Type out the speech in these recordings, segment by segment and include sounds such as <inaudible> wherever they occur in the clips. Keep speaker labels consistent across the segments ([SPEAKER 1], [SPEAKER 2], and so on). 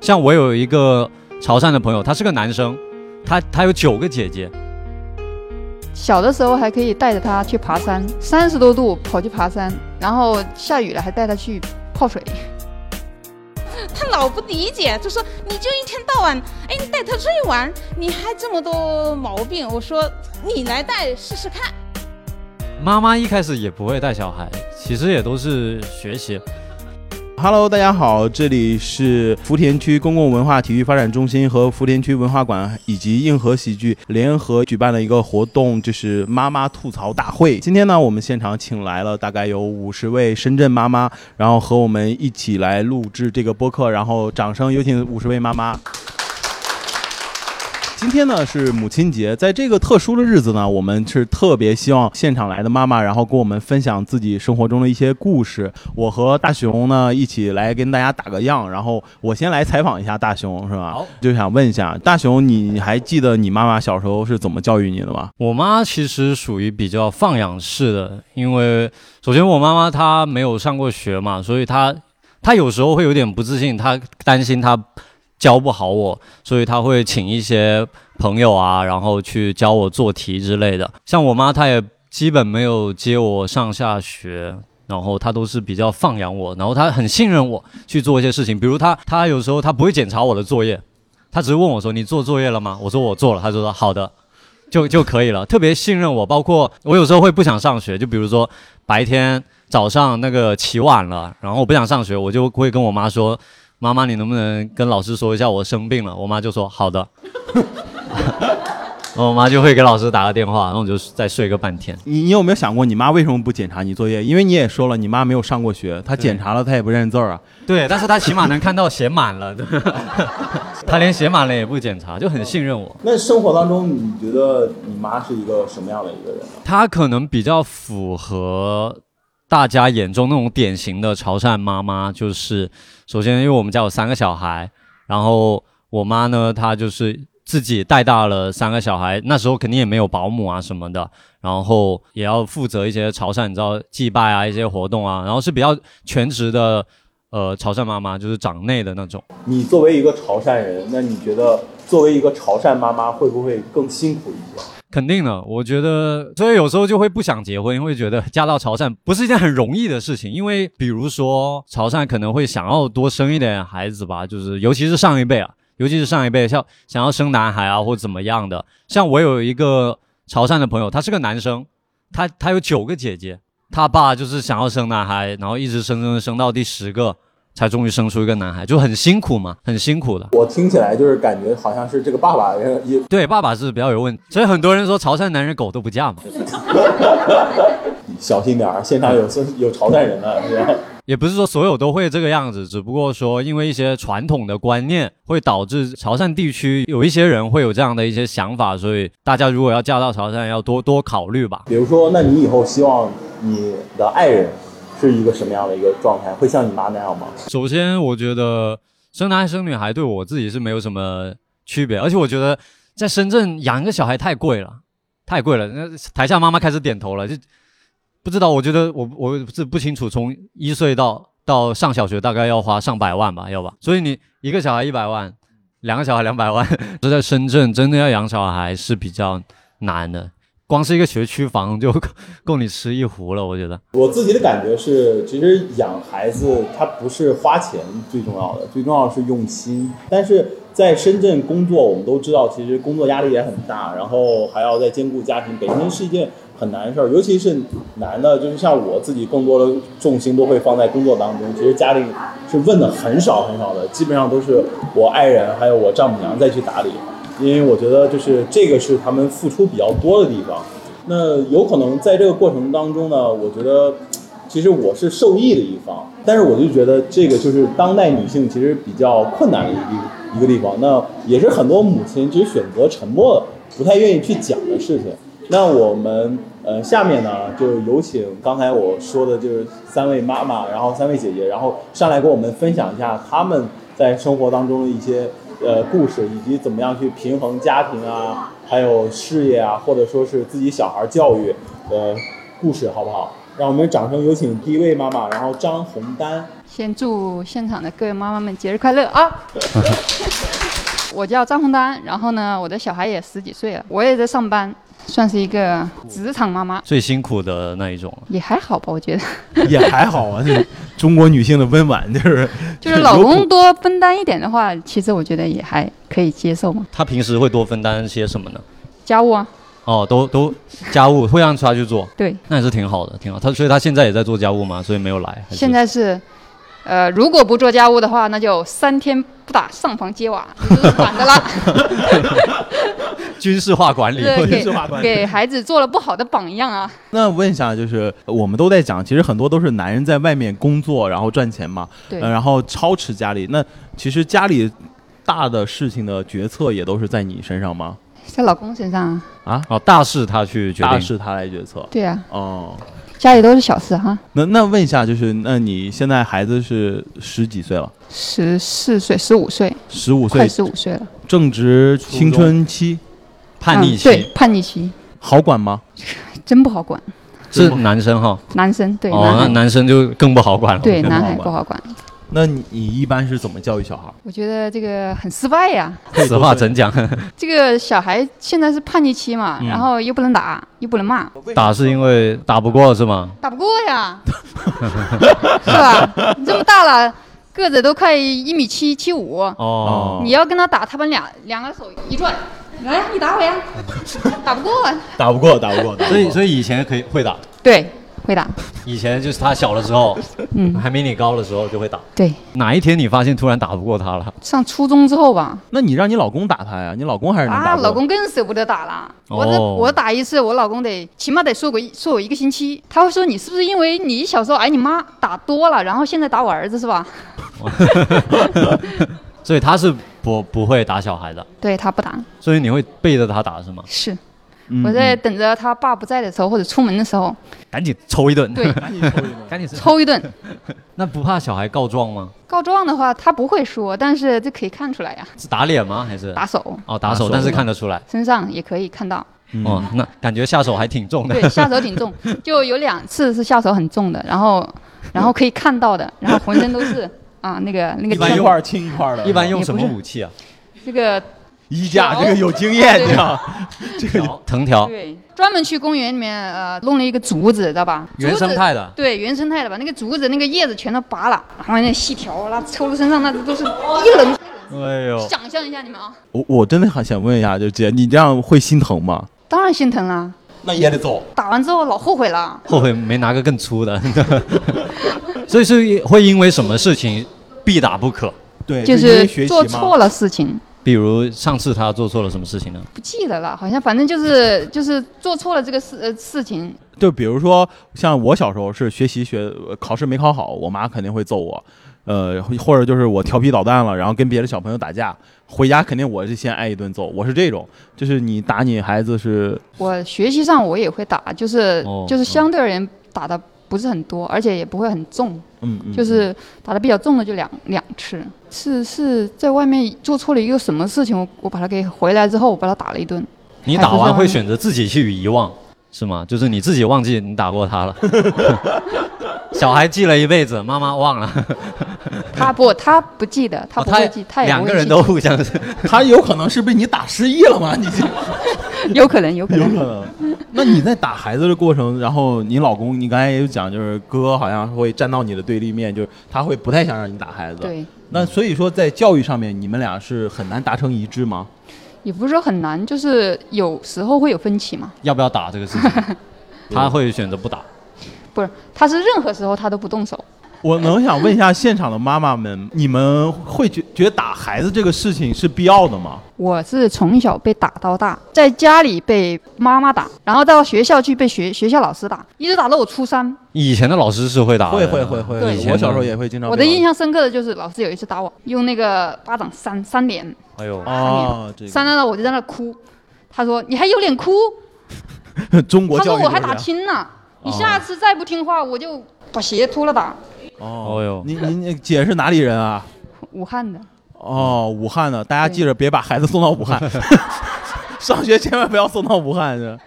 [SPEAKER 1] 像我有一个潮汕的朋友，他是个男生，他他有九个姐姐，
[SPEAKER 2] 小的时候还可以带着他去爬山，三十多度跑去爬山，然后下雨了还带他去泡水。
[SPEAKER 3] 他老不理解，就说你就一天到晚，哎，你带他出去玩，你还这么多毛病。我说你来带试试看。
[SPEAKER 1] 妈妈一开始也不会带小孩，其实也都是学习。
[SPEAKER 4] Hello，大家好，这里是福田区公共文化体育发展中心和福田区文化馆以及硬核喜剧联合举办的一个活动，就是妈妈吐槽大会。今天呢，我们现场请来了大概有五十位深圳妈妈，然后和我们一起来录制这个播客，然后掌声有请五十位妈妈。今天呢是母亲节，在这个特殊的日子呢，我们是特别希望现场来的妈妈，然后跟我们分享自己生活中的一些故事。我和大熊呢一起来跟大家打个样，然后我先来采访一下大熊，是吧？
[SPEAKER 1] 好，
[SPEAKER 4] 就想问一下大熊，你还记得你妈妈小时候是怎么教育你的吗？
[SPEAKER 1] 我妈其实属于比较放养式的，因为 <laughs> 首先我妈妈她没有上过学嘛，所以她她有时候会有点不自信，她担心她教不好我，所以她会请一些朋友啊，然后去教我做题之类的。像我妈，她也基本没有接我上下学。然后她都是比较放养我，然后她很信任我去做一些事情，比如她，她有时候她不会检查我的作业，她只是问我说：“你做作业了吗？”我说：“我做了。”她就说：“好的。”就就可以了，特别信任我。包括我有时候会不想上学，就比如说白天早上那个起晚了，然后我不想上学，我就会跟我妈说：“妈妈，你能不能跟老师说一下我生病了？”我妈就说：“好的。”然后我妈就会给老师打个电话，然后我就再睡个半天。
[SPEAKER 4] 你你有没有想过你妈为什么不检查你作业？因为你也说了，你妈没有上过学，她检查了她也不认字儿啊。
[SPEAKER 1] 对，但是她起码能看到写满了，对 <laughs> 她连写满了也不检查，就很信任我。
[SPEAKER 4] 那生活当中，你觉得你妈是一个什么样的一个人？啊
[SPEAKER 1] 她可能比较符合大家眼中那种典型的潮汕妈妈，就是首先因为我们家有三个小孩，然后我妈呢，她就是自己带大了三个小孩，那时候肯定也没有保姆啊什么的，然后也要负责一些潮汕你知道祭拜啊一些活动啊，然后是比较全职的。呃，潮汕妈妈就是长内的那种，
[SPEAKER 4] 你作为一个潮汕人，那你觉得作为一个潮汕妈妈会不会更辛苦一些？
[SPEAKER 1] 肯定的。我觉得，所以有时候就会不想结婚，因为觉得 <laughs> 嫁到潮汕不是一件很容易的事情。因为比如说，潮汕可能会想要多生一点孩子吧，就是尤其是上一辈啊，尤其是上一辈，像想要生男孩啊或怎么样的。像我有一个潮汕的朋友，他是个男生，他他有九个姐姐，他爸就是想要生男孩，然后一直生生生到第十个。才终于生出一个男孩，就很辛苦嘛，很辛苦的。
[SPEAKER 4] 我听起来就是感觉好像是这个爸爸也
[SPEAKER 1] 对，爸爸是比较有问题，所以很多人说潮汕男人狗都不嫁嘛。
[SPEAKER 4] 小心点儿，现 <laughs> 场有有潮汕人了，是吧？
[SPEAKER 1] 也不是说所有都会这个样子，只不过说因为一些传统的观念，会导致潮汕地区有一些人会有这样的一些想法，所以大家如果要嫁到潮汕，要多多考虑吧。
[SPEAKER 4] 比如说，那你以后希望你的爱人是一个什么样的一个状态？会像你妈那样吗？
[SPEAKER 1] 首先，我觉得生男孩生女孩对我自己是没有什么区别，而且我觉得在深圳养一个小孩太贵了，太贵了。那台下妈妈开始点头了，就不知道，我觉得我我是不清楚，从一岁到到上小学大概要花上百万吧，要吧？所以你一个小孩一百万，两个小孩两百万，这在深圳真的要养小孩是比较难的。光是一个学区房就够你吃一壶了，我觉得。
[SPEAKER 4] 我自己的感觉是，其实养孩子它不是花钱最重要的，最重要的是用心。但是在深圳工作，我们都知道，其实工作压力也很大，然后还要再兼顾家庭，本身是一件很难的事儿。尤其是男的，就是像我自己，更多的重心都会放在工作当中，其实家庭是问的很少很少的，基本上都是我爱人还有我丈母娘再去打理。因为我觉得就是这个是他们付出比较多的地方。那有可能在这个过程当中呢，我觉得其实我是受益的一方，但是我就觉得这个就是当代女性其实比较困难的一一个地方。那也是很多母亲只选择沉默，不太愿意去讲的事情。那我们呃下面呢就有请刚才我说的就是三位妈妈，然后三位姐姐，然后上来跟我们分享一下她们在生活当中的一些呃故事，以及怎么样去平衡家庭啊，还有事业啊，或者说是自己小孩教育呃故事，好不好？让我们掌声有请第一位妈妈，然后张红丹。
[SPEAKER 2] 先祝现场的各位妈妈们节日快乐啊！我叫张红丹，然后呢，我的小孩也十几岁了，我也在上班，算是一个职场妈妈，
[SPEAKER 1] 最辛苦的那一种。
[SPEAKER 2] 也还好吧，我觉得，
[SPEAKER 5] <laughs> 也还好啊。这中国女性的温婉就是
[SPEAKER 2] <laughs> 就是老公多分担一点的话，其实我觉得也还可以接受嘛。
[SPEAKER 1] 他平时会多分担些什么呢？
[SPEAKER 2] 家务啊，
[SPEAKER 1] 哦，都都家务会让他去做，
[SPEAKER 2] 对，
[SPEAKER 1] 那也是挺好的，挺好。他所以他现在也在做家务嘛，所以没有来。还是
[SPEAKER 2] 现在是，呃，如果不做家务的话，那就三天不打上房揭瓦，你就是反的啦。
[SPEAKER 1] 军事化管理， <laughs>
[SPEAKER 2] 对，
[SPEAKER 5] 军事化管
[SPEAKER 2] 给
[SPEAKER 5] 理
[SPEAKER 2] 给孩子做了不好的榜样啊。
[SPEAKER 5] 那问一下，就是我们都在讲，其实很多都是男人在外面工作，然后赚钱嘛，
[SPEAKER 2] 对，
[SPEAKER 5] 呃然后操持家里。那其实家里大的事情的决策也都是在你身上吗？
[SPEAKER 2] 在老公身上啊，
[SPEAKER 1] 哦，大事他去决定。
[SPEAKER 5] 大事他来决策。
[SPEAKER 2] 对啊，
[SPEAKER 5] 哦，
[SPEAKER 2] 家里都是小事哈、
[SPEAKER 5] 那那问一下，就是那你现在孩子是十几岁了，
[SPEAKER 2] 十四岁、十五岁，
[SPEAKER 5] 十五
[SPEAKER 2] 快
[SPEAKER 5] 岁，
[SPEAKER 2] 十五岁了，
[SPEAKER 5] 正值青春期，
[SPEAKER 1] 叛逆
[SPEAKER 2] 嗯、
[SPEAKER 1] 期、
[SPEAKER 2] 对叛逆期，
[SPEAKER 5] 好管吗？
[SPEAKER 2] 真不好管，
[SPEAKER 1] 是男生哈，
[SPEAKER 2] 男生对、
[SPEAKER 1] 哦，那
[SPEAKER 2] 男孩
[SPEAKER 1] 男生就更不好管了。
[SPEAKER 2] 对
[SPEAKER 5] 更不
[SPEAKER 2] 男
[SPEAKER 5] 好
[SPEAKER 2] 孩
[SPEAKER 5] 管
[SPEAKER 2] 不好管，
[SPEAKER 5] 那你你一般是怎么教育小孩？
[SPEAKER 2] 我觉得这个很失败呀、
[SPEAKER 1] 此话怎讲？
[SPEAKER 2] 这个小孩现在是叛逆期嘛，
[SPEAKER 1] 嗯
[SPEAKER 2] 然后又不能打，又不能骂，
[SPEAKER 1] 打是因为打不过是吗？
[SPEAKER 2] 打不过
[SPEAKER 1] <laughs>
[SPEAKER 2] 呀，是吧？你这么大了，个子都快一米七七五，
[SPEAKER 1] <laughs> 哦，
[SPEAKER 2] 你要跟他打，他把俩两个手一转，来，哎你打我呀， <laughs> 打不过啊。
[SPEAKER 5] 打不过，打不过，打不过
[SPEAKER 1] 所以所以以前可以会打，
[SPEAKER 2] 对，会打，
[SPEAKER 1] 以前就是他小的时候，
[SPEAKER 2] 嗯，
[SPEAKER 1] 还没你高的时候就会打。
[SPEAKER 2] 对，
[SPEAKER 1] 哪一天你发现突然打不过他了？
[SPEAKER 2] 上初中之后吧，
[SPEAKER 5] 那你让你老公打他呀？你老公还是能打
[SPEAKER 2] 啊，
[SPEAKER 5] 过的
[SPEAKER 2] 老公更舍不得打了。我这
[SPEAKER 1] 哦
[SPEAKER 2] 我打一次，我老公得起码得说我一说我一个星期。他会说你是不是因为你小时候挨你妈打多了，然后现在打我儿子是吧？
[SPEAKER 1] 所以他是不不会打小孩的，
[SPEAKER 2] 对他不打，
[SPEAKER 1] 所以你会背着他打是吗？
[SPEAKER 2] 是
[SPEAKER 5] 嗯
[SPEAKER 2] 我在等着他爸不在的时候或者出门的时候，
[SPEAKER 1] 赶紧抽一顿，
[SPEAKER 2] 对，
[SPEAKER 1] 嗯赶紧抽。
[SPEAKER 2] <laughs> 抽一顿。
[SPEAKER 1] 那不怕小孩告状吗？
[SPEAKER 2] 告状的话他不会说，但是这可以看出来呀，啊
[SPEAKER 1] 是打脸吗？还是
[SPEAKER 2] 打手嗯
[SPEAKER 1] 哦打
[SPEAKER 5] 打
[SPEAKER 1] 手，
[SPEAKER 5] 手
[SPEAKER 1] 但是看得出来。
[SPEAKER 2] 身上也可以看到。
[SPEAKER 1] 哦，那感觉下手还挺重的。
[SPEAKER 2] <laughs> 对，下手挺重，就有两次是下手很重的，然后然后可以看到的，然后浑身都是啊那个那个
[SPEAKER 5] 一般
[SPEAKER 2] 天
[SPEAKER 5] 一块儿亲一块儿
[SPEAKER 1] <laughs>
[SPEAKER 5] 的，
[SPEAKER 1] 一般用
[SPEAKER 2] 也
[SPEAKER 1] 什
[SPEAKER 2] 不
[SPEAKER 1] 么
[SPEAKER 2] 是
[SPEAKER 1] 武器啊？
[SPEAKER 2] 这
[SPEAKER 5] <laughs>
[SPEAKER 2] 个
[SPEAKER 5] 衣架这个有经验，你知道吗？这个
[SPEAKER 1] 条藤条，
[SPEAKER 2] 对，专门去公园里面呃弄了一个竹子，知道吧？
[SPEAKER 1] 原生
[SPEAKER 2] 竹子。
[SPEAKER 1] 态的。
[SPEAKER 2] 对原生态的吧，那个竹子那个叶子全都拔了，然后那细条啦抽到身上，那都是一轮。
[SPEAKER 1] 哎呦，
[SPEAKER 2] 想象一下你们啊，
[SPEAKER 5] 我我真的很想问一下，就姐，你这样会心疼吗？
[SPEAKER 2] 当然心疼啦，
[SPEAKER 5] 那也得揍。
[SPEAKER 2] 打完之后老后悔了。
[SPEAKER 1] 后悔没拿个更粗的。 <laughs> 所以是会因为什么事情必打不可？
[SPEAKER 5] 对，
[SPEAKER 2] 就
[SPEAKER 5] 因
[SPEAKER 2] 是
[SPEAKER 5] 为学习
[SPEAKER 2] 做
[SPEAKER 5] 嘛
[SPEAKER 2] 错了事情，
[SPEAKER 1] 比如上次他做错了什么事情呢？
[SPEAKER 2] 不记得了，好像反正就是就是做错了这个事呃事情，
[SPEAKER 5] 就比如说，像我小时候是学习学呃考试没考好，我妈肯定会揍我，呃，或或者就是我调皮捣蛋了，然后跟别的小朋友打架，回家肯定我是先挨一顿揍，我是这种，就是你打你孩子是
[SPEAKER 2] 我学习上我也会打，就是、
[SPEAKER 1] 哦
[SPEAKER 2] 就是相对而言打的不是很多，而且也不会很重，
[SPEAKER 5] 嗯，嗯
[SPEAKER 2] 就是打的比较重的就两两次。是是在外面做错了一个什么事情，我我把他给回来之后，我把他打了一顿。
[SPEAKER 1] 你打完会选择自己去遗忘，是吗？就是你自己忘记你打过
[SPEAKER 2] <laughs>
[SPEAKER 1] 他了。小孩记了一辈子，妈妈忘了，
[SPEAKER 2] 他不他不记得，他不会记，他也
[SPEAKER 1] 两 <laughs>
[SPEAKER 2] 不
[SPEAKER 1] 个
[SPEAKER 2] 会
[SPEAKER 1] 人
[SPEAKER 2] 记
[SPEAKER 1] 都互相是。
[SPEAKER 5] 他有可能是被你打失忆了吗？你这
[SPEAKER 2] <laughs> 有可能有可
[SPEAKER 5] 有
[SPEAKER 2] 能。
[SPEAKER 5] 可能。 <laughs> 那你在打孩子的过程，然后你老公，你刚才也有讲，就是哥好像会站到你的对立面，就是他会不太想让你打孩子。。
[SPEAKER 2] 对，
[SPEAKER 5] 那所以说，在教育上面，你们俩是很难达成一致吗？
[SPEAKER 2] 也不是说很难，就是有时候会有分歧嘛。
[SPEAKER 1] 要不要打这个事情？他会选择不打。
[SPEAKER 2] 不是，他是任何时候他都不动手。
[SPEAKER 5] 我能想问一下现场的妈妈们，你们会觉觉得打孩子这个事情是必要的吗？
[SPEAKER 2] 我是从小被打到大，在家里被妈妈打，然后到学校去被学学校老师打，一直打到我初三。
[SPEAKER 1] 以前的老师是会打的，
[SPEAKER 5] 会会会会，
[SPEAKER 2] 对
[SPEAKER 1] 以前
[SPEAKER 5] 我小时候也会经常被
[SPEAKER 2] 我
[SPEAKER 5] 老
[SPEAKER 2] 的
[SPEAKER 5] 师。
[SPEAKER 2] 印象深刻的就是老师有一次打我，用那个巴掌扇扇脸，
[SPEAKER 1] 哎呦，
[SPEAKER 5] 哦，这
[SPEAKER 2] 扇
[SPEAKER 5] 个
[SPEAKER 2] 到了我就在那哭。他说：“你还有脸哭？”
[SPEAKER 5] 中国
[SPEAKER 2] 他说：“
[SPEAKER 5] 教育啊
[SPEAKER 2] 我还
[SPEAKER 5] 就是
[SPEAKER 2] 打
[SPEAKER 5] 这样
[SPEAKER 2] 亲呢，你下次再不听话，我就把鞋脱了打。
[SPEAKER 1] 哦
[SPEAKER 5] 哦
[SPEAKER 1] 哟
[SPEAKER 5] 你你你姐是哪里人啊？”
[SPEAKER 2] 武汉的，
[SPEAKER 5] 哦，武汉的，大家记着别把孩子 <laughs> 送到武汉，上学千万不要送到武汉去。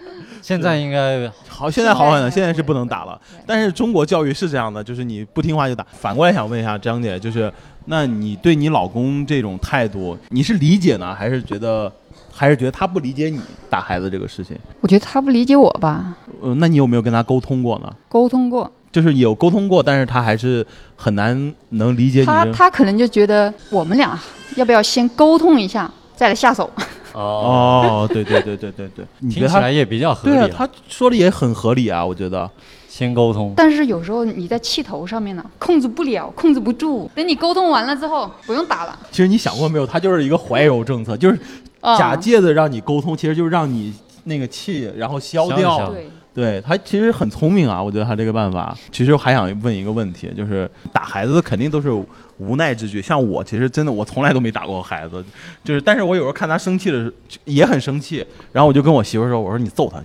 [SPEAKER 1] 现在应该
[SPEAKER 5] 好，现在好很
[SPEAKER 2] 现在
[SPEAKER 5] 了，现在是
[SPEAKER 2] 不会
[SPEAKER 5] 不能打了
[SPEAKER 2] 对。
[SPEAKER 5] 但是中国教育是这样的，就是你不听话就打。反过来想问一下张姐，就是那你对你老公这种态度，你是理解呢，还是觉得还是觉得他不理解你打孩子这个事情？
[SPEAKER 2] 我觉得他不理解我吧，
[SPEAKER 5] 呃，那你有没有跟他沟通过呢？
[SPEAKER 2] 沟通过，
[SPEAKER 5] 就是有沟通过，但是他还是很难能理解你
[SPEAKER 2] 他
[SPEAKER 5] 这。
[SPEAKER 2] 他可能就觉得我们俩要不要先沟通一下再来下手。
[SPEAKER 1] 哦，
[SPEAKER 5] 哦，对对对对对对，你觉
[SPEAKER 1] 听
[SPEAKER 5] 得
[SPEAKER 1] 起
[SPEAKER 5] 他
[SPEAKER 1] 来也比较合
[SPEAKER 5] 对啊，
[SPEAKER 1] 理了。
[SPEAKER 5] 他说的也很合理啊，我觉得。
[SPEAKER 1] 先沟通，
[SPEAKER 2] 但是有时候你在气头上面呢，控制不了，控制不住。等你沟通完了之后，不用打了。
[SPEAKER 5] 其实你想过没有，他就是一个怀柔政策，就是
[SPEAKER 2] 啊
[SPEAKER 5] 假借着让你沟通，其实就是让你那个气然后消
[SPEAKER 1] 消一
[SPEAKER 5] 掉。
[SPEAKER 1] 消
[SPEAKER 2] 对，
[SPEAKER 5] 对他其实很聪明啊，我觉得他这个办法。其实我还想问一个问题，就是打孩子肯定都是无奈之举。像我其实真的我从来都没打过孩子，就是但是我有时候看他生气的时候也很生气，然后我就跟我媳妇说，我说你揍他，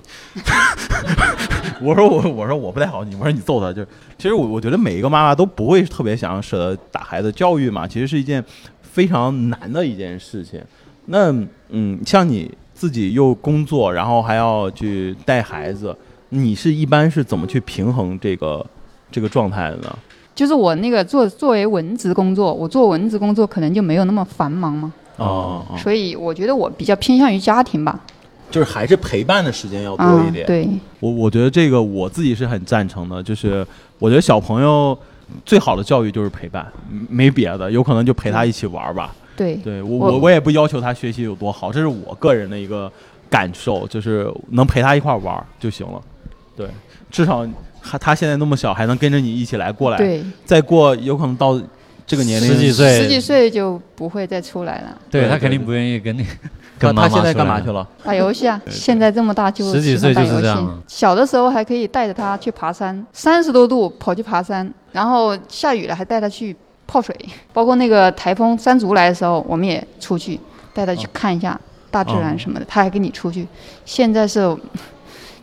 [SPEAKER 5] <laughs> 我说我我说我不太好，你我说你揍他，就是其实我我觉得每一个妈妈都不会特别想舍得打孩子，教育嘛，其实是一件非常难的一件事情。那嗯，像你自己又工作，然后还要去带孩子，你是一般是怎么去平衡这个这个状态的呢？
[SPEAKER 2] 就是我那个做作为文职工作，我做文职工作可能就没有那么繁忙嘛，
[SPEAKER 5] 哦，哦
[SPEAKER 2] 所以我觉得我比较偏向于家庭吧。
[SPEAKER 5] 就是还是陪伴的时间要
[SPEAKER 2] 啊，对，
[SPEAKER 5] 我我觉得这个我自己是很赞成的，就是我觉得小朋友最好的教育就是陪伴，嗯没别的，有可能就陪他一起玩儿吧。
[SPEAKER 2] 对，
[SPEAKER 5] 对我
[SPEAKER 2] 我
[SPEAKER 5] 我我也不要求他学习有多好，这是我个人的一个感受，就是能陪他一块儿玩儿就行了。对，至少他他现在那么小，还能跟着你一起来过来。，
[SPEAKER 2] 对，
[SPEAKER 5] 再过有可能到这个年龄
[SPEAKER 1] 十几，岁，
[SPEAKER 2] 十几，岁就不会再出来了，
[SPEAKER 1] 对
[SPEAKER 5] 对
[SPEAKER 1] 他
[SPEAKER 5] 对
[SPEAKER 1] 肯定
[SPEAKER 5] 对
[SPEAKER 1] 不愿意跟你
[SPEAKER 5] 他
[SPEAKER 1] 跟妈妈
[SPEAKER 5] 他现在
[SPEAKER 1] 说
[SPEAKER 5] 干嘛
[SPEAKER 1] 呀
[SPEAKER 5] 去？了？
[SPEAKER 2] 打游戏啊。现在这么大就
[SPEAKER 1] 十几
[SPEAKER 2] 喜
[SPEAKER 1] 岁
[SPEAKER 2] 欢打
[SPEAKER 1] 就是
[SPEAKER 2] 游
[SPEAKER 1] 这样啊
[SPEAKER 2] 戏
[SPEAKER 1] 了
[SPEAKER 2] 小的时候还可以带着他去爬山，三十多度跑去爬山，然后下雨了还带他去泡水，包括那个台风山竹来的时候，我们也出去带他去看一下大自然什么的，他还跟你出去。现在是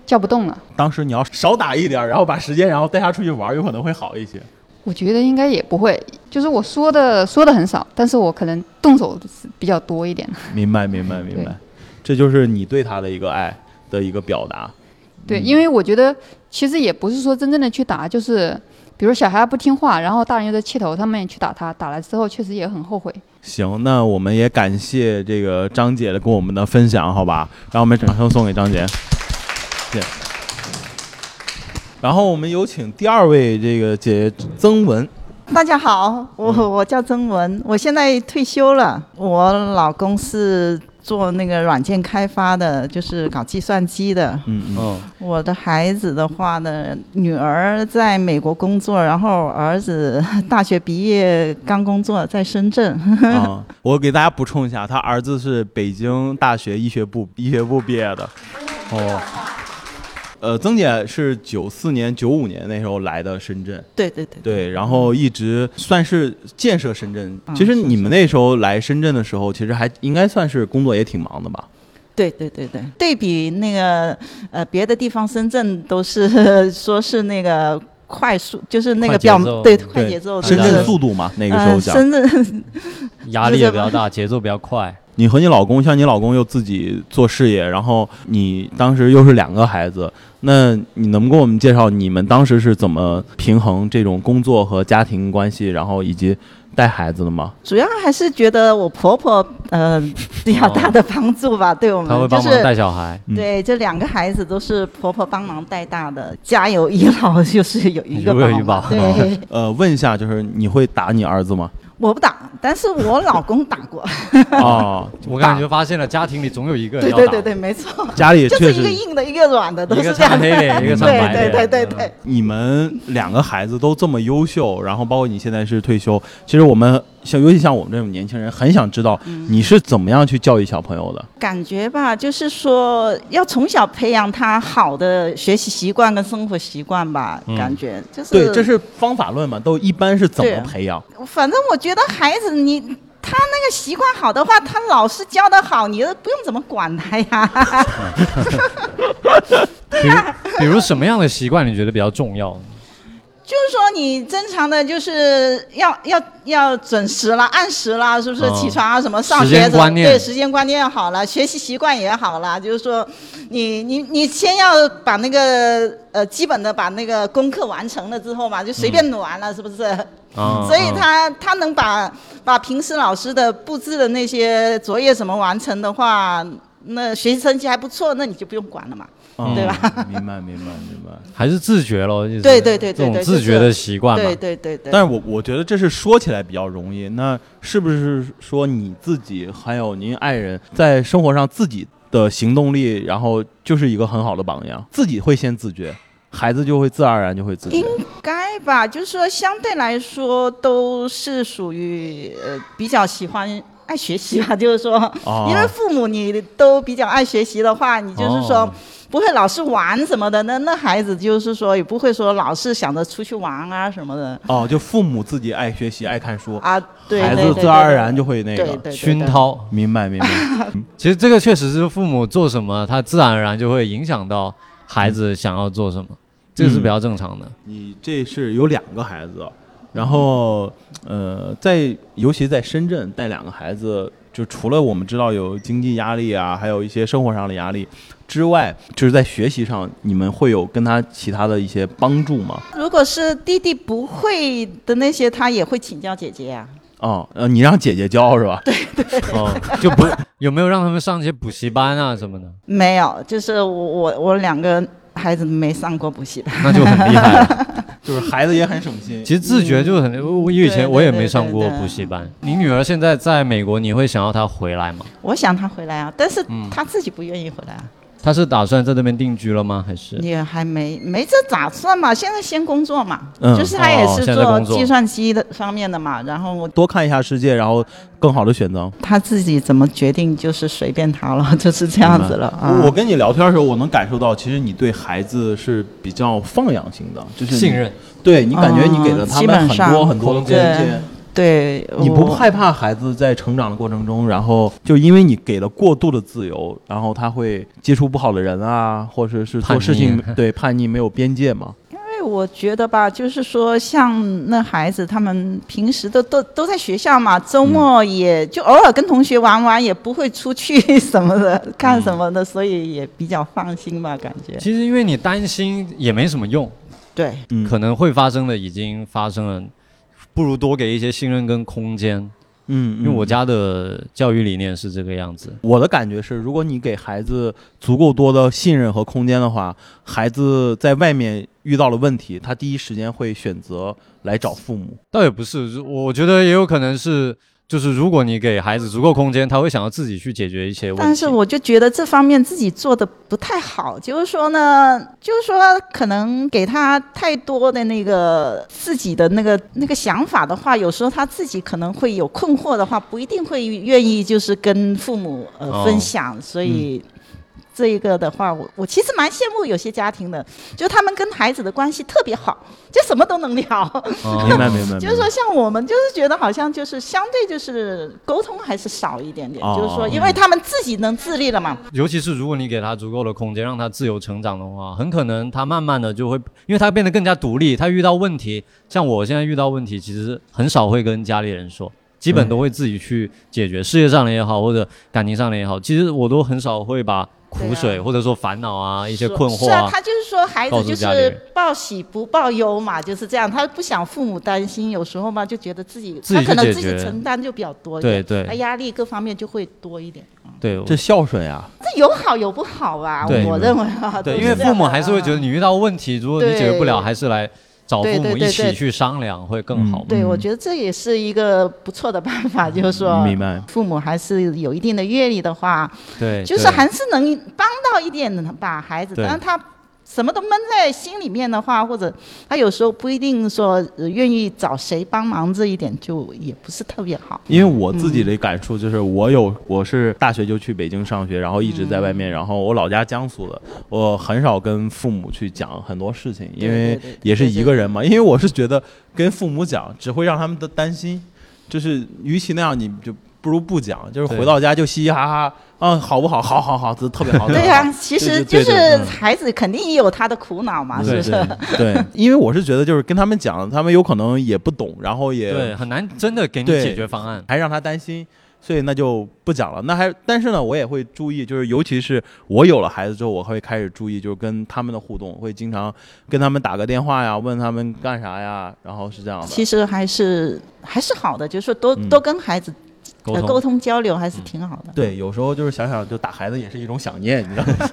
[SPEAKER 2] 叫不动了。
[SPEAKER 5] 当时你要少打一点儿，然后把时间，然后带他出去玩儿，有可能会好一些。
[SPEAKER 2] 我觉得应该也不会，就是我说的说的很少，但是我可能动手比较多一点。
[SPEAKER 5] 明白，明白，明白，这就是你对他的一个爱的一个表达。
[SPEAKER 2] 对，因为我觉得其实也不是说真正的去打，就是比如小孩不听话，然后大人又在气头，他们也去打他，打了之后确实也很后悔。
[SPEAKER 5] 行，那我们也感谢这个张姐的跟我们的分享，好吧？让我们掌声送给张姐，谢谢。然后我们有请第二位这个姐姐曾文，
[SPEAKER 6] 大家好，我我叫曾文，我现在退休了。我老公是做那个软件开发的，就是搞计算机的。
[SPEAKER 5] 嗯嗯，
[SPEAKER 1] 嗯，
[SPEAKER 6] 我的孩子的话呢，女儿在美国工作，然后儿子大学毕业刚工作在深圳。
[SPEAKER 5] 啊，我给大家补充一下，他儿子是北京大学医学部医学部毕业的，哦。呃，曾姐是九四年、九五年那时候来的深圳，
[SPEAKER 6] <laughs> 对对对，
[SPEAKER 5] 对，然后一直算是建设深圳。
[SPEAKER 6] 嗯
[SPEAKER 5] 其实
[SPEAKER 6] 是
[SPEAKER 5] 你们那时候来深圳的时候，其实还应该算是工作也挺忙的吧？
[SPEAKER 6] 对对对对，对比那个呃别的地方，深圳都是 <laughs> 说是那个快速，就是那
[SPEAKER 1] 快
[SPEAKER 6] 个
[SPEAKER 1] 节
[SPEAKER 6] 表
[SPEAKER 1] 奏
[SPEAKER 6] 对快节奏的，
[SPEAKER 5] 深圳
[SPEAKER 1] 的
[SPEAKER 5] 速度嘛，那个时候
[SPEAKER 6] 呃
[SPEAKER 5] 讲。
[SPEAKER 6] 深圳
[SPEAKER 1] 压力也比较大，节奏比较快。
[SPEAKER 5] 你和你老公，像你老公又自己做事业，然后你当时又是两个孩子，那你能给我们介绍你们当时是怎么平衡这种工作和家庭关系，然后以及带孩子的吗？
[SPEAKER 6] 主要还是觉得我婆婆呃比较大的帮助吧，对我
[SPEAKER 1] 他哦会
[SPEAKER 6] 嗯们就
[SPEAKER 1] 帮忙
[SPEAKER 6] 是
[SPEAKER 1] 带小孩，
[SPEAKER 5] 嗯
[SPEAKER 6] 对这两个孩子都是婆婆帮忙带大的，家有一老就是有一个
[SPEAKER 1] 如
[SPEAKER 6] 宝
[SPEAKER 1] 有
[SPEAKER 6] 嘛，
[SPEAKER 1] 一宝
[SPEAKER 6] 对，
[SPEAKER 5] 呃，问一下，就是你会打你儿子吗？
[SPEAKER 6] 我不打，但是我老公打
[SPEAKER 1] <laughs>
[SPEAKER 6] 过， <laughs>
[SPEAKER 5] 哦，
[SPEAKER 1] 我感觉发现了家庭里总有一个人
[SPEAKER 6] 对
[SPEAKER 1] 要
[SPEAKER 6] 对
[SPEAKER 1] 打
[SPEAKER 6] 对对，没错，
[SPEAKER 5] 家里
[SPEAKER 6] 就
[SPEAKER 5] 确
[SPEAKER 6] 是一个
[SPEAKER 5] 实，
[SPEAKER 6] 硬的，一个软的，都
[SPEAKER 1] 一
[SPEAKER 6] 是
[SPEAKER 1] 个
[SPEAKER 6] 这样
[SPEAKER 1] 唱黑
[SPEAKER 6] 的。
[SPEAKER 1] 脸，一个
[SPEAKER 6] 对
[SPEAKER 1] 唱白嗯
[SPEAKER 6] 对
[SPEAKER 1] 脸，
[SPEAKER 6] 对对对，
[SPEAKER 5] 你们两个孩子都这么优秀，然后包括你现在是退休，其实我们像尤其像我们这种年轻人，很想知道
[SPEAKER 6] 嗯
[SPEAKER 5] 你是怎么样去教育小朋友的。
[SPEAKER 6] 感觉吧，就是说要从小培养他好的学习习惯跟生活习惯吧，
[SPEAKER 1] 嗯
[SPEAKER 6] 感觉就是
[SPEAKER 5] 对，这是方法论嘛，都一般是怎
[SPEAKER 6] 对啊
[SPEAKER 5] 么培养？
[SPEAKER 6] 反正我觉得孩子你他那个习惯好的话，他老师教的好，你都不用怎么管他呀。 <laughs>
[SPEAKER 1] 嗯比如比如什么样的习惯你觉得比较重要？
[SPEAKER 6] 就是说你正常的就是要要要准时了，按时了，是不是
[SPEAKER 1] 嗯？
[SPEAKER 6] 起床啊什么，
[SPEAKER 1] 时
[SPEAKER 6] 上
[SPEAKER 1] 间
[SPEAKER 6] 学怎么
[SPEAKER 1] 观念
[SPEAKER 6] 对时间观念好了，学习习惯也好了，就是说你你你先要把那个呃基本的把那个功课完成了之后嘛，就随便玩了，是不是？
[SPEAKER 1] 啊，
[SPEAKER 6] 所以
[SPEAKER 1] 嗯
[SPEAKER 6] 他他能把把平时老师的布置的那些作业什么完成的话，那学习成绩还不错，那你就不用管了嘛。
[SPEAKER 5] 嗯
[SPEAKER 6] 对 <laughs>
[SPEAKER 5] 吧？明白，明白，明白。
[SPEAKER 1] 还是自觉咯，就是
[SPEAKER 6] 对对对对
[SPEAKER 1] 这种
[SPEAKER 6] 对
[SPEAKER 1] 自
[SPEAKER 6] 就是
[SPEAKER 1] 觉的习惯嘛
[SPEAKER 6] 对，对对对。
[SPEAKER 5] 但是我我觉得这是说起来比较容易，那是不是说你自己还有您爱人在生活上自己的行动力，然后就是一个很好的榜样，自己会先自觉，孩子就会自然而然就会自觉
[SPEAKER 6] 应。该吧，就是说相对来说都是属于呃比较喜欢爱学习
[SPEAKER 5] <laughs>
[SPEAKER 6] 吧，就是说，
[SPEAKER 5] 哦
[SPEAKER 6] 因为父母你都比较爱学习的话，你就是说。
[SPEAKER 5] 哦
[SPEAKER 6] 不会老是玩什么的，那那孩子就是说也不会说老是想着出去玩啊什么的
[SPEAKER 5] 哦，就父母自己爱学习、爱看书，
[SPEAKER 6] 啊，对
[SPEAKER 5] 孩
[SPEAKER 6] 对
[SPEAKER 5] 子
[SPEAKER 6] 对
[SPEAKER 5] 自然而然就会那
[SPEAKER 6] 对
[SPEAKER 5] 个
[SPEAKER 6] 对对。对
[SPEAKER 1] 熏陶。
[SPEAKER 5] 明白，明白。
[SPEAKER 1] 其实这个确实是父母做什么，他自然而然就会影响到孩
[SPEAKER 5] 嗯
[SPEAKER 1] 子想要做什么，这个是比较正常的。
[SPEAKER 5] 你这是有两个孩子，然后呃，在尤其在深圳带两个孩子，就除了我们知道有经济压力啊，还有一些生活上的压力之外，就是在学习上，你们会有跟他其他的一些帮助吗？
[SPEAKER 6] 如果是弟弟不会的那些，他也会请教姐姐啊。
[SPEAKER 5] 哦，呃，你让姐姐教是吧？对，
[SPEAKER 1] 哦，
[SPEAKER 5] 嗯
[SPEAKER 1] 就不 <laughs> 有没有让他们上一些补习班啊什么的，
[SPEAKER 6] 没有，就是我我我两个孩子没上过补习班。
[SPEAKER 1] 那就很厉害了。
[SPEAKER 5] <laughs> 就是孩子也很省心。
[SPEAKER 1] 其实自觉就很，我我以前
[SPEAKER 6] 对
[SPEAKER 1] 我也
[SPEAKER 6] 对
[SPEAKER 1] 没上
[SPEAKER 6] 对
[SPEAKER 1] 过
[SPEAKER 6] 嗯对
[SPEAKER 1] 补习班。你女儿现在在美国，你会想要她回来吗？
[SPEAKER 6] 我想他回来啊，但是
[SPEAKER 5] 嗯
[SPEAKER 6] 他自己不愿意回来啊，
[SPEAKER 1] 她是打算在那边定居了吗？还是
[SPEAKER 6] 也还没没这打算嘛。现在先工作嘛，
[SPEAKER 5] 嗯
[SPEAKER 6] 就是他也
[SPEAKER 1] 哦
[SPEAKER 6] 是
[SPEAKER 1] 现在
[SPEAKER 6] 做
[SPEAKER 1] 工作
[SPEAKER 6] 计算机的方面的嘛。然后我
[SPEAKER 5] 多看一下世界，然后更好的选择。
[SPEAKER 6] 他自己怎么决定就是随便他了， <laughs> 就是这样子了啊。
[SPEAKER 5] 嗯我跟你聊天的时候，我能感受到，其实你对孩子是比较放养型的，就是你
[SPEAKER 1] 信。任？
[SPEAKER 5] 对你感觉你给了他
[SPEAKER 6] 嗯基
[SPEAKER 5] 们
[SPEAKER 6] 本
[SPEAKER 5] 很多
[SPEAKER 6] 上
[SPEAKER 5] 很多的空
[SPEAKER 6] 对
[SPEAKER 5] 间。
[SPEAKER 6] 对，
[SPEAKER 5] 你不
[SPEAKER 6] 我
[SPEAKER 5] 害怕孩子在成长的过程中，然后就因为你给了过度的自由，然后他会接触不好的人啊，或者是
[SPEAKER 1] 叛
[SPEAKER 5] 做
[SPEAKER 1] 逆
[SPEAKER 5] 事情对叛逆没有边界嘛？
[SPEAKER 6] 因为我觉得吧，就是说，像那孩子，他们平时都都都在学校嘛，周末也就偶尔跟同学玩玩，也不会出去 <laughs> 什么的，干什么的，所以也比较放心吧，感觉。
[SPEAKER 1] 其实因为你担心也没什么用，
[SPEAKER 6] 对，
[SPEAKER 5] 嗯
[SPEAKER 1] 可能会发生的已经发生了，不如多给一些信任跟空间。
[SPEAKER 5] 嗯，
[SPEAKER 1] 因为我
[SPEAKER 5] 家
[SPEAKER 1] 家的教育理念是这个样子，
[SPEAKER 5] 我的感觉是，如果你给孩子足够多的信任和空间的话，孩子在外面遇到了问题，他第一时间会选择来找父母。
[SPEAKER 1] 倒也不是，如我觉得也有可能是，就是如果你给孩子足够空间，他会想要自己去解决一些问题。
[SPEAKER 6] 但是我就觉得这方面自己做的不太好，就是说呢，就是说可能给他太多的那个自己的那个那个想法的话，有时候他自己可能会有困惑的话，不一定会愿意就是跟父母呃、
[SPEAKER 1] 哦
[SPEAKER 6] 分享，所以。这一个的话，我我其实蛮羡慕有些家庭的，就他们跟孩子的关系特别好，就什么都能聊。
[SPEAKER 1] 哦
[SPEAKER 5] 明白，明白。
[SPEAKER 6] 就是
[SPEAKER 5] 明白
[SPEAKER 6] 说，像我们就是觉得好像就是相对就是沟通还是少一点点，
[SPEAKER 5] 哦
[SPEAKER 6] 就是说，因
[SPEAKER 1] 嗯
[SPEAKER 6] 为他们自己能自立了嘛，
[SPEAKER 1] 尤其是如果你给他足够的空间，让他自由成长的话，很可能他慢慢的就会，因为他变得更加独立。他遇到问题，像我现在遇到问题，其实很少会跟家里人说，基本都会自己去解决，事业上的也好，或者感情上的也好，其实我都很少会把苦水、
[SPEAKER 6] 对啊
[SPEAKER 1] 或者说烦恼啊、一些
[SPEAKER 6] 是
[SPEAKER 1] 困惑
[SPEAKER 6] 是啊，他就是说孩
[SPEAKER 1] 告
[SPEAKER 6] 子
[SPEAKER 1] 诉
[SPEAKER 6] 就
[SPEAKER 1] 家里人
[SPEAKER 6] 是报喜不报忧嘛，就是这样，他不想父母担心，有时候嘛就觉得自己
[SPEAKER 1] 自己
[SPEAKER 6] 他可
[SPEAKER 1] 去
[SPEAKER 6] 能
[SPEAKER 1] 解
[SPEAKER 6] 自己
[SPEAKER 1] 决
[SPEAKER 6] 承担就比较多一
[SPEAKER 1] 对
[SPEAKER 6] 点，
[SPEAKER 1] 对
[SPEAKER 6] 他压力各方面就会多一点。嗯
[SPEAKER 1] 对，我
[SPEAKER 5] 这孝顺呀、
[SPEAKER 6] 这有好有不好吧，
[SPEAKER 1] 对
[SPEAKER 6] 我认为啊，
[SPEAKER 5] 对
[SPEAKER 6] 都
[SPEAKER 1] 因为
[SPEAKER 6] 这样
[SPEAKER 1] 父母
[SPEAKER 6] 的
[SPEAKER 1] 还是会觉得
[SPEAKER 6] 啊
[SPEAKER 1] 你遇到问题，如果你解决不了，
[SPEAKER 6] 对
[SPEAKER 1] 还是来找父
[SPEAKER 6] 对对
[SPEAKER 1] 母
[SPEAKER 6] 对
[SPEAKER 1] 一起
[SPEAKER 6] 对
[SPEAKER 1] 去商量会更好嘛。
[SPEAKER 6] 对，我
[SPEAKER 5] 嗯
[SPEAKER 6] 觉得这也是一个不错的办法，就是说，
[SPEAKER 5] 明白
[SPEAKER 6] 父母还是有一定的阅历的话，
[SPEAKER 1] 对，
[SPEAKER 6] 就是
[SPEAKER 1] 对
[SPEAKER 6] 还是能帮到一点的吧，孩子。
[SPEAKER 1] 对
[SPEAKER 6] 但他什么都闷在心里面的话，或者他有时候不一定说呃愿意找谁帮忙，这一点就也不是特别好。
[SPEAKER 5] 因为我自己的感触就是，我有我是大学就去北京上学，然后一直在外面，然后我老家江苏的，我很少跟父母去讲很多事情，因为
[SPEAKER 6] 对对
[SPEAKER 5] 也是一个人嘛。因为我是觉得跟父母讲只会让他们的担心，就是与其那样，你就不如不讲，就是
[SPEAKER 1] 对
[SPEAKER 5] 回到家就嘻嘻哈哈，啊，好不好？好好好，这特别好。
[SPEAKER 6] 对
[SPEAKER 5] 呀、
[SPEAKER 6] 呀、其实
[SPEAKER 5] 对对对
[SPEAKER 6] 就是
[SPEAKER 5] 嗯
[SPEAKER 6] 孩子肯定也有他的苦恼嘛，是
[SPEAKER 5] 对
[SPEAKER 6] 不
[SPEAKER 5] 对
[SPEAKER 6] 是？
[SPEAKER 5] 对，因为我是觉得就是跟他们讲，他们有可能也不懂，然后也
[SPEAKER 1] 对，很难真的给你
[SPEAKER 5] 对
[SPEAKER 1] 解决方
[SPEAKER 5] <laughs>
[SPEAKER 1] 案。
[SPEAKER 5] 还让他担心，所以那就不讲了。那还但是呢，我也会注意，就是尤其是我有了孩子之后，我会开始注意，就是跟他们的互动，会经常跟他们打个电话呀，问他们干啥呀，然后是这样的。
[SPEAKER 6] 其实还是还是好的，就是说多、
[SPEAKER 5] 嗯
[SPEAKER 6] 多跟孩子
[SPEAKER 1] 沟
[SPEAKER 6] 呃
[SPEAKER 1] 通
[SPEAKER 6] 沟通交流还是挺好的。
[SPEAKER 5] 对，有时候就是想想，就打孩子也是一种想念，你知道吗？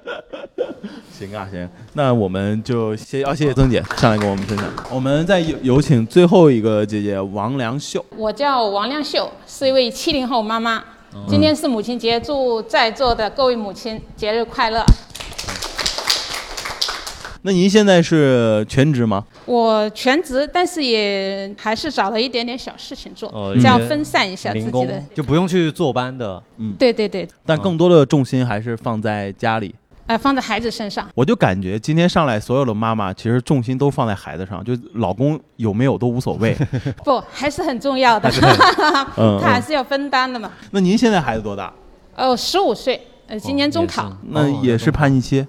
[SPEAKER 5] <laughs> 行啊，行，那我们就谢，哦要谢谢曾姐上来跟我们分享。我们再有有请最后一个姐姐王良秀。
[SPEAKER 3] 我叫王亮秀，是一位七零后妈妈。今天是母亲节，祝在座的各位母亲节日快乐。
[SPEAKER 5] 那您现在是全职吗？
[SPEAKER 3] 我全职，但是也还是找了一点点小事情做，
[SPEAKER 1] 哦
[SPEAKER 3] 这样
[SPEAKER 1] 也
[SPEAKER 3] 分散一下自
[SPEAKER 1] 零
[SPEAKER 3] 己
[SPEAKER 1] 工
[SPEAKER 3] 的。
[SPEAKER 1] 就不用去坐班的，
[SPEAKER 3] 对对对，
[SPEAKER 5] 但更多的重心还是放在家里。
[SPEAKER 3] 呃，放在孩子身上。
[SPEAKER 5] 我就感觉今天上来所有的妈妈，其实重心都放在孩子上，就老公有没有都无所
[SPEAKER 3] <laughs>
[SPEAKER 5] 谓。
[SPEAKER 3] 不，还是很重要的，<laughs>
[SPEAKER 5] 嗯
[SPEAKER 3] 他还是要分担的嘛。
[SPEAKER 5] 那您现在孩子多大？
[SPEAKER 3] 哦，十五岁，呃，今年中考，
[SPEAKER 1] 哦
[SPEAKER 5] 那也是叛逆期。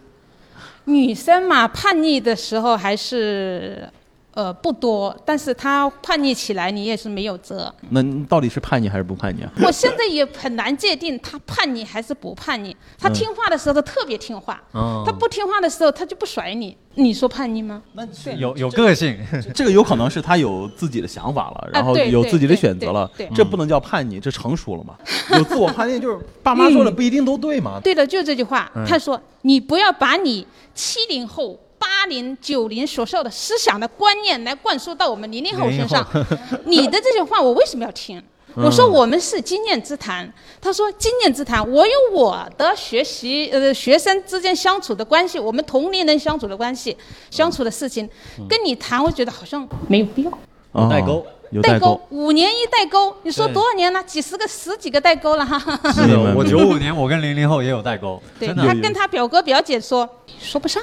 [SPEAKER 3] 女生嘛，叛逆的时候还是呃不多，但是她叛逆起来，你也是没有辙。
[SPEAKER 5] 那你到底是叛逆还是不叛逆
[SPEAKER 3] <laughs>
[SPEAKER 5] 啊？
[SPEAKER 3] 我现在也很难界定她叛逆还是不叛逆。她
[SPEAKER 5] 嗯
[SPEAKER 3] 听话的时候，她特别听话；
[SPEAKER 1] 嗯，
[SPEAKER 3] 她不听话的时候，她就不甩你。你说叛逆吗？
[SPEAKER 5] 那
[SPEAKER 1] 有有个性，
[SPEAKER 5] 这个有可能是他有自己的想法了，然后
[SPEAKER 3] 啊对
[SPEAKER 5] 有
[SPEAKER 3] 对
[SPEAKER 5] 自己的
[SPEAKER 3] 对
[SPEAKER 5] 选择了
[SPEAKER 3] 对，对嗯
[SPEAKER 5] 这不能叫叛逆，这成熟了嘛？有自我叛逆就是爸妈说
[SPEAKER 3] <laughs>
[SPEAKER 5] 了不一定都对嘛。
[SPEAKER 3] 对的，就这句话。她说：“你不要把你七零后。”八零、九零所受的思想的观念来灌输到我们零零后嗯身上， <laughs> 你的这句话我为什么要听？我说我们是经验之谈，他说经验之谈，我有我的学习呃学生之间相处的关系，我们同龄人相处的关系，相处的事情，跟你谈，我觉得好像没嗯有必要。
[SPEAKER 5] 啊
[SPEAKER 1] 代沟，
[SPEAKER 5] 有
[SPEAKER 3] 代
[SPEAKER 5] 代
[SPEAKER 3] 沟，五年一代沟，你说
[SPEAKER 1] 对
[SPEAKER 3] 多少年了？几十个、十几个代沟了哈。
[SPEAKER 1] 是
[SPEAKER 5] 你
[SPEAKER 1] 的，
[SPEAKER 5] 们
[SPEAKER 1] 我九五年，我跟零零后也有代沟，
[SPEAKER 3] 对
[SPEAKER 1] 真
[SPEAKER 3] 他
[SPEAKER 1] 的，
[SPEAKER 3] 跟他表哥表姐说说不上，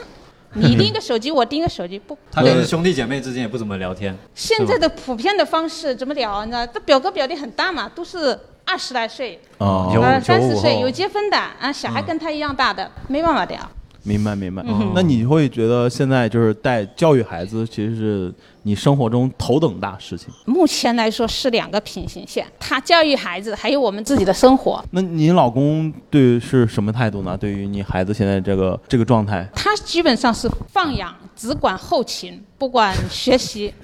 [SPEAKER 3] 你拎个
[SPEAKER 1] <laughs>
[SPEAKER 3] 手机，我拎个手机，不。
[SPEAKER 1] 他跟兄弟姐妹之间也不怎么聊天，
[SPEAKER 3] 现在的普遍的方式怎么聊呢？这表哥表弟很大嘛，都是二十来岁，
[SPEAKER 5] 啊，
[SPEAKER 1] 有
[SPEAKER 3] 呃，
[SPEAKER 1] 九
[SPEAKER 3] 三
[SPEAKER 1] 五
[SPEAKER 3] 十岁
[SPEAKER 1] 后
[SPEAKER 3] 有结婚的啊，小孩跟他一样大的，没办法聊。
[SPEAKER 5] 明白明白
[SPEAKER 1] 嗯。
[SPEAKER 5] 那你会觉得现在就是带教育孩子，其实是你生活中头等大事情。
[SPEAKER 3] 目前来说是两个平行线，他教育孩子，还有我们自己的生活。
[SPEAKER 5] 那你老公对于是什么态度呢？对于你孩子现在这个这个状态，
[SPEAKER 3] 他基本上是放养，只管后勤，不管学习。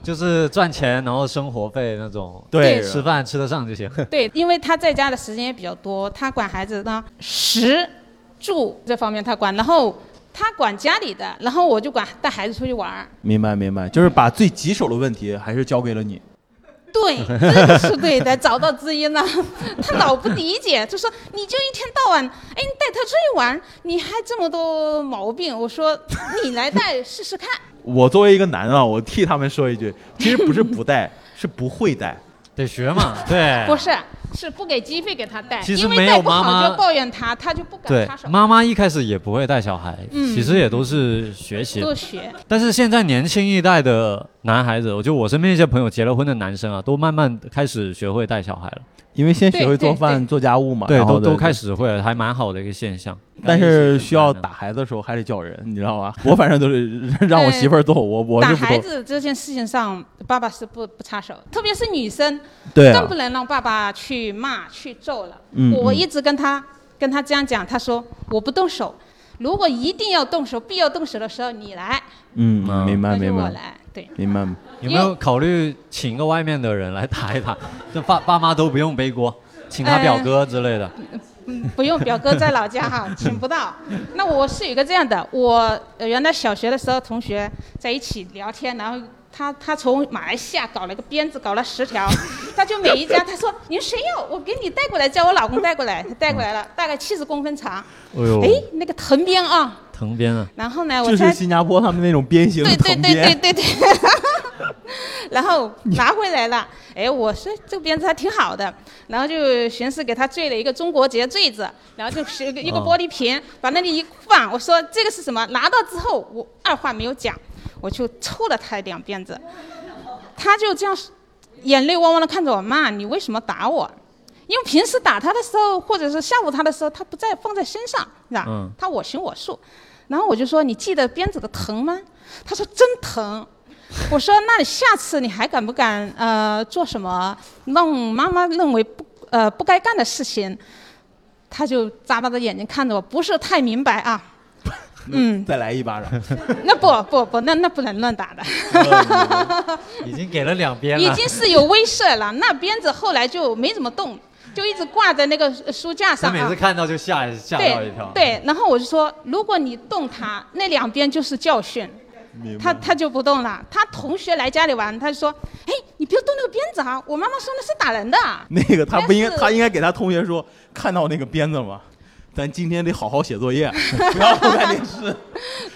[SPEAKER 1] 就是赚钱，然后生活费那种，
[SPEAKER 3] 对
[SPEAKER 1] 吃饭吃得上就行。 <laughs>
[SPEAKER 3] 对，因为他在家的时间也比较多，他管孩子呢，食住这方面他管，然后他管家里的，然后我就管带孩子出去玩儿。
[SPEAKER 5] 明白明白，就是把最棘手的问题还是交给了你。
[SPEAKER 3] <laughs> 对，这个是对的，找到知音了。他老不理解，就说你就一天到晚，哎，你带他出去玩，你还这么多毛病。我说你来带试试 <laughs> 看。
[SPEAKER 5] 我作为一个男的啊，我替他们说一句，其实不是不带， <laughs> 是不会带。
[SPEAKER 1] 得学嘛，对，
[SPEAKER 3] 不是，是不给机会给他带，
[SPEAKER 1] 其实
[SPEAKER 3] 因为
[SPEAKER 1] 没
[SPEAKER 3] 带
[SPEAKER 1] 有
[SPEAKER 3] 不
[SPEAKER 1] 妈
[SPEAKER 3] 好
[SPEAKER 1] 妈
[SPEAKER 3] 就抱怨他，他就不敢
[SPEAKER 1] 对
[SPEAKER 3] 插手，，
[SPEAKER 1] 妈妈一开始也不会带小孩，
[SPEAKER 3] 嗯
[SPEAKER 1] 其实也都是学习
[SPEAKER 3] 多学。
[SPEAKER 1] 但是现在年轻一代的男孩子，我就我身边一些朋友结了婚的男生啊，都慢慢开始学会带小孩了，
[SPEAKER 5] 因为先学会
[SPEAKER 3] 对对
[SPEAKER 5] 做饭、
[SPEAKER 3] 对
[SPEAKER 5] 做家务嘛，
[SPEAKER 1] 对，
[SPEAKER 5] 然后
[SPEAKER 1] 都都开
[SPEAKER 5] 始。
[SPEAKER 1] 始会了，还蛮好的一个现象。
[SPEAKER 5] 但是需要
[SPEAKER 1] 打。
[SPEAKER 5] 打孩子的时候还得叫人，你知道吧？我反正都是让我媳妇儿做，我我
[SPEAKER 3] 打
[SPEAKER 5] 是不
[SPEAKER 3] 孩
[SPEAKER 5] 做。
[SPEAKER 3] 子这件事情上，爸爸是不不插手，特别是女生，
[SPEAKER 5] 对啊
[SPEAKER 3] 更不能让爸爸去骂去揍了。
[SPEAKER 5] 嗯
[SPEAKER 3] 我
[SPEAKER 5] 嗯
[SPEAKER 3] 一直跟他跟他这样讲，他说我不动手，如果一定要动手、必要动手的时候你来，
[SPEAKER 5] 嗯，嗯明白
[SPEAKER 3] 那就
[SPEAKER 5] 明
[SPEAKER 3] 我
[SPEAKER 5] 白
[SPEAKER 3] 来。对，
[SPEAKER 5] 明白。
[SPEAKER 1] 有没有考虑请个外面的人来打一打？ <laughs> 就爸爸妈都不用背锅，请他表哥之类的。
[SPEAKER 3] 嗯，不用，表哥在老家
[SPEAKER 5] <laughs>
[SPEAKER 3] 哈，请不到。那我是有一个这样的，我呃原来小学的时候同学在一起聊天，然后他他从马来西亚搞了个鞭子，搞了十条， <laughs> 他就每一家他说你谁要，我给你带过来，叫我老公带过来，他带过来了，大概七十公分长，
[SPEAKER 5] 哦
[SPEAKER 1] 哎呦
[SPEAKER 3] 哎，那个藤鞭啊，
[SPEAKER 1] 藤编啊，
[SPEAKER 3] 然后呢，我
[SPEAKER 5] 就是
[SPEAKER 3] 才
[SPEAKER 5] 新加坡他们那种鞭刑
[SPEAKER 3] 对对
[SPEAKER 5] 藤
[SPEAKER 3] 对对
[SPEAKER 5] 鞭，
[SPEAKER 3] 对对， <laughs> 然后拿回来了，哎，我说这个鞭子还挺好的，然后就寻思给他缀了一个中国结坠子，然后就是一个一个玻璃瓶，把那里一放，我说这个是什么？拿到之后，我二话没有讲，我就抽了他两鞭子，他就这样眼泪汪汪的看着我妈，你为什么打我？因为平时打他的时候，或者是吓唬他的时候，他不在放在身上，是吧？
[SPEAKER 1] 嗯
[SPEAKER 3] 他我行我素。然后我就说你记得鞭子的疼吗？他说真疼。我说那你下次你还敢不敢呃做什么让妈妈认为不呃不该干的事情？他就眨巴着眼睛看着我，不是太明白啊。嗯，
[SPEAKER 5] 再来一巴掌，
[SPEAKER 3] 那不不不，那那不能乱打的。嗯
[SPEAKER 1] 已经给了两边
[SPEAKER 3] 已经是有威慑了。那鞭子后来就没怎么动，就一直挂在那个呃书架上啊。
[SPEAKER 1] 看到就吓吓
[SPEAKER 3] 对对，然后我就说，如果你动它，那两边就是教训。他他就不动了。他同学来家里玩，他就说：“哎，你别动那个鞭子啊！我妈妈说那是打人的啊。
[SPEAKER 5] 那个他不应该，
[SPEAKER 3] 但是
[SPEAKER 5] 他应该给他同学说，看到那个鞭子吗？咱今天得好好写作业，不要偷看电视。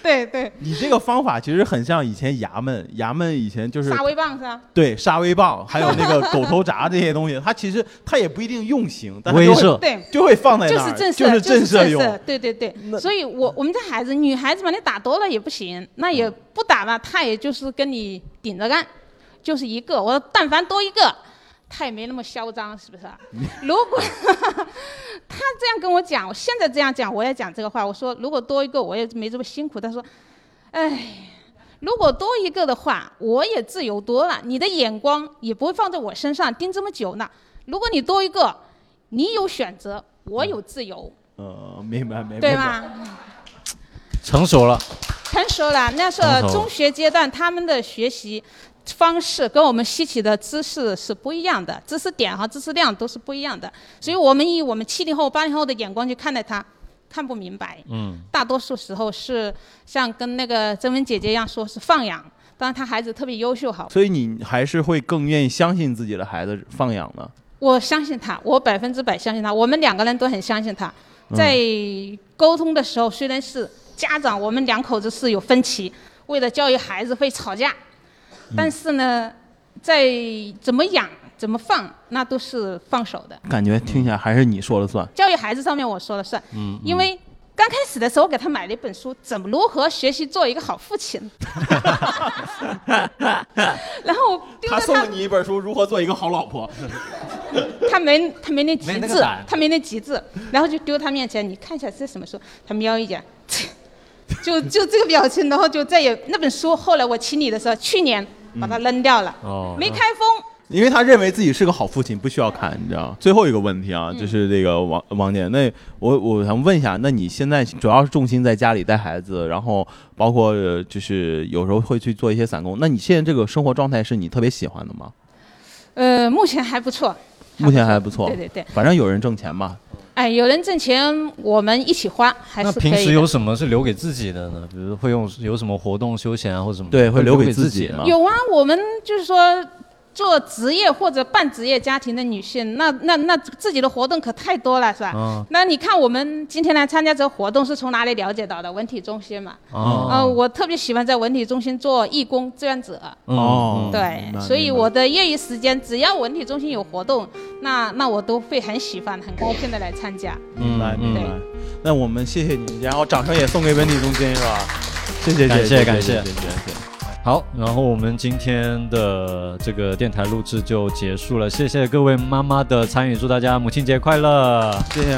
[SPEAKER 3] 对对，
[SPEAKER 5] <laughs> 你这个方法其实很像以前衙门，衙门以前就是
[SPEAKER 3] 撒威棒是吧？
[SPEAKER 5] 对杀威棒，还有那个狗头铡这些东西，他其实他也不一定用刑，但它就
[SPEAKER 1] 威
[SPEAKER 5] 会
[SPEAKER 1] 慑
[SPEAKER 3] 对。
[SPEAKER 5] 就会放在
[SPEAKER 3] 就
[SPEAKER 5] 那
[SPEAKER 3] 是
[SPEAKER 5] 儿，
[SPEAKER 3] 震慑，
[SPEAKER 5] 就是震
[SPEAKER 3] 慑
[SPEAKER 5] 慑用。
[SPEAKER 3] 对对对
[SPEAKER 5] 那，
[SPEAKER 3] 所以我我们家孩子，女孩子嘛，你打多了也不行，那
[SPEAKER 5] 嗯
[SPEAKER 3] 也不打了，她也就是跟你顶着干，就是一个，我说但凡多一个，她也没那么嚣张，是不是
[SPEAKER 5] <laughs>
[SPEAKER 3] 啊？如果 <laughs> 她这样跟我讲，我现在这样讲，我也讲这个话，我说如果多一个，我也没这么辛苦。她说，哎。如果多一个的话，我也自由多了，你的眼光也不会放在我身上盯这么久呢。如果你多一个，你有选择，我有自由，
[SPEAKER 5] 呃，明白明白。
[SPEAKER 3] 对？吧？
[SPEAKER 1] 成熟了，
[SPEAKER 3] 成熟了，那是
[SPEAKER 1] 成熟了
[SPEAKER 3] 中学阶段，他们的学习方式跟我们吸取的知识是不一样的，知识点和知识量都是不一样的，所以我们以我们七零后、八零后的眼光去看待它，看不明白。
[SPEAKER 1] 嗯，
[SPEAKER 3] 大多数时候是像跟那个曾文姐姐一样，说是放养。当然，他孩子特别优秀，好，
[SPEAKER 5] 所以你还是会更愿意相信自己的孩子放养的。
[SPEAKER 3] 我相信他，我百分之百相信他。我们两个人都很相信他，在沟通的时候，虽然是家长，我们两口子是有分歧，为了教育孩子会吵架，但是呢，在怎么养、怎么放，那都是放手的。
[SPEAKER 5] 感觉听起来还是你说了算。
[SPEAKER 3] 教育孩子上面我说了算，因为刚开始的时候给他买了一本书，怎么如何学习做一个好父亲，然后我丢在他
[SPEAKER 5] 你一本书《如何做一个好老婆》，
[SPEAKER 3] 他没他没那极
[SPEAKER 1] 没那个
[SPEAKER 3] 致
[SPEAKER 1] 胆，
[SPEAKER 3] 他没那极致，然后就丢他面前，你看一下这是什么书？他瞄一眼， <laughs> 就就这个表情，然后就再也那本书。后来我清理的时候，去年把它扔掉了，
[SPEAKER 1] 哦
[SPEAKER 3] 没开封。
[SPEAKER 5] 因为他认为自己是个好父亲，不需要看，你知道吗？最后一个问题
[SPEAKER 3] 嗯
[SPEAKER 5] 啊，就是这个王王姐，那我我想问一下，那你现在主要是重心在家里带孩子，然后包括呃就是有时候会去做一些散工，那你现在这个生活状态是你特别喜欢的吗？
[SPEAKER 3] 呃，目前还不错，
[SPEAKER 5] 目前还不错，
[SPEAKER 3] 对对对，
[SPEAKER 5] 反正有人挣钱嘛，
[SPEAKER 3] 哎，有人挣钱，我们一起花，还
[SPEAKER 1] 那
[SPEAKER 3] 是可以
[SPEAKER 1] 平
[SPEAKER 3] 的。
[SPEAKER 1] 时有什么是留给自己的呢？比如会用有什么活动休闲啊，或者什么？
[SPEAKER 5] 对，会留给
[SPEAKER 1] 给
[SPEAKER 5] 自
[SPEAKER 1] 己
[SPEAKER 5] 己嘛。
[SPEAKER 3] 有啊，我们就是说做职业或者半职业家庭的女性，那那那自己的活动可太多了，是吧？
[SPEAKER 1] 嗯
[SPEAKER 3] 那你看我们今天来参加这个活动是从哪里了解到的？文体中心嘛。呃，
[SPEAKER 1] 哦，
[SPEAKER 3] 我特别喜欢在文体中心做义工志愿者，
[SPEAKER 1] 嗯
[SPEAKER 5] 哦
[SPEAKER 3] 啊对
[SPEAKER 5] 明，白
[SPEAKER 3] 所以
[SPEAKER 5] 明白
[SPEAKER 3] 我的业余时间只要文体中心有活动，那那我都会很喜欢、很高兴的来参加。
[SPEAKER 5] 明白
[SPEAKER 1] 嗯
[SPEAKER 5] 明白。那我们谢谢你，然后掌声也送给文体中心是吧？谢谢
[SPEAKER 1] 感谢感
[SPEAKER 5] 谢
[SPEAKER 1] 谢
[SPEAKER 5] 谢谢。
[SPEAKER 1] 好，然后我们今天的这个电台录制就结束了，谢谢各位妈妈的参与，祝大家母亲节快乐！
[SPEAKER 5] 谢谢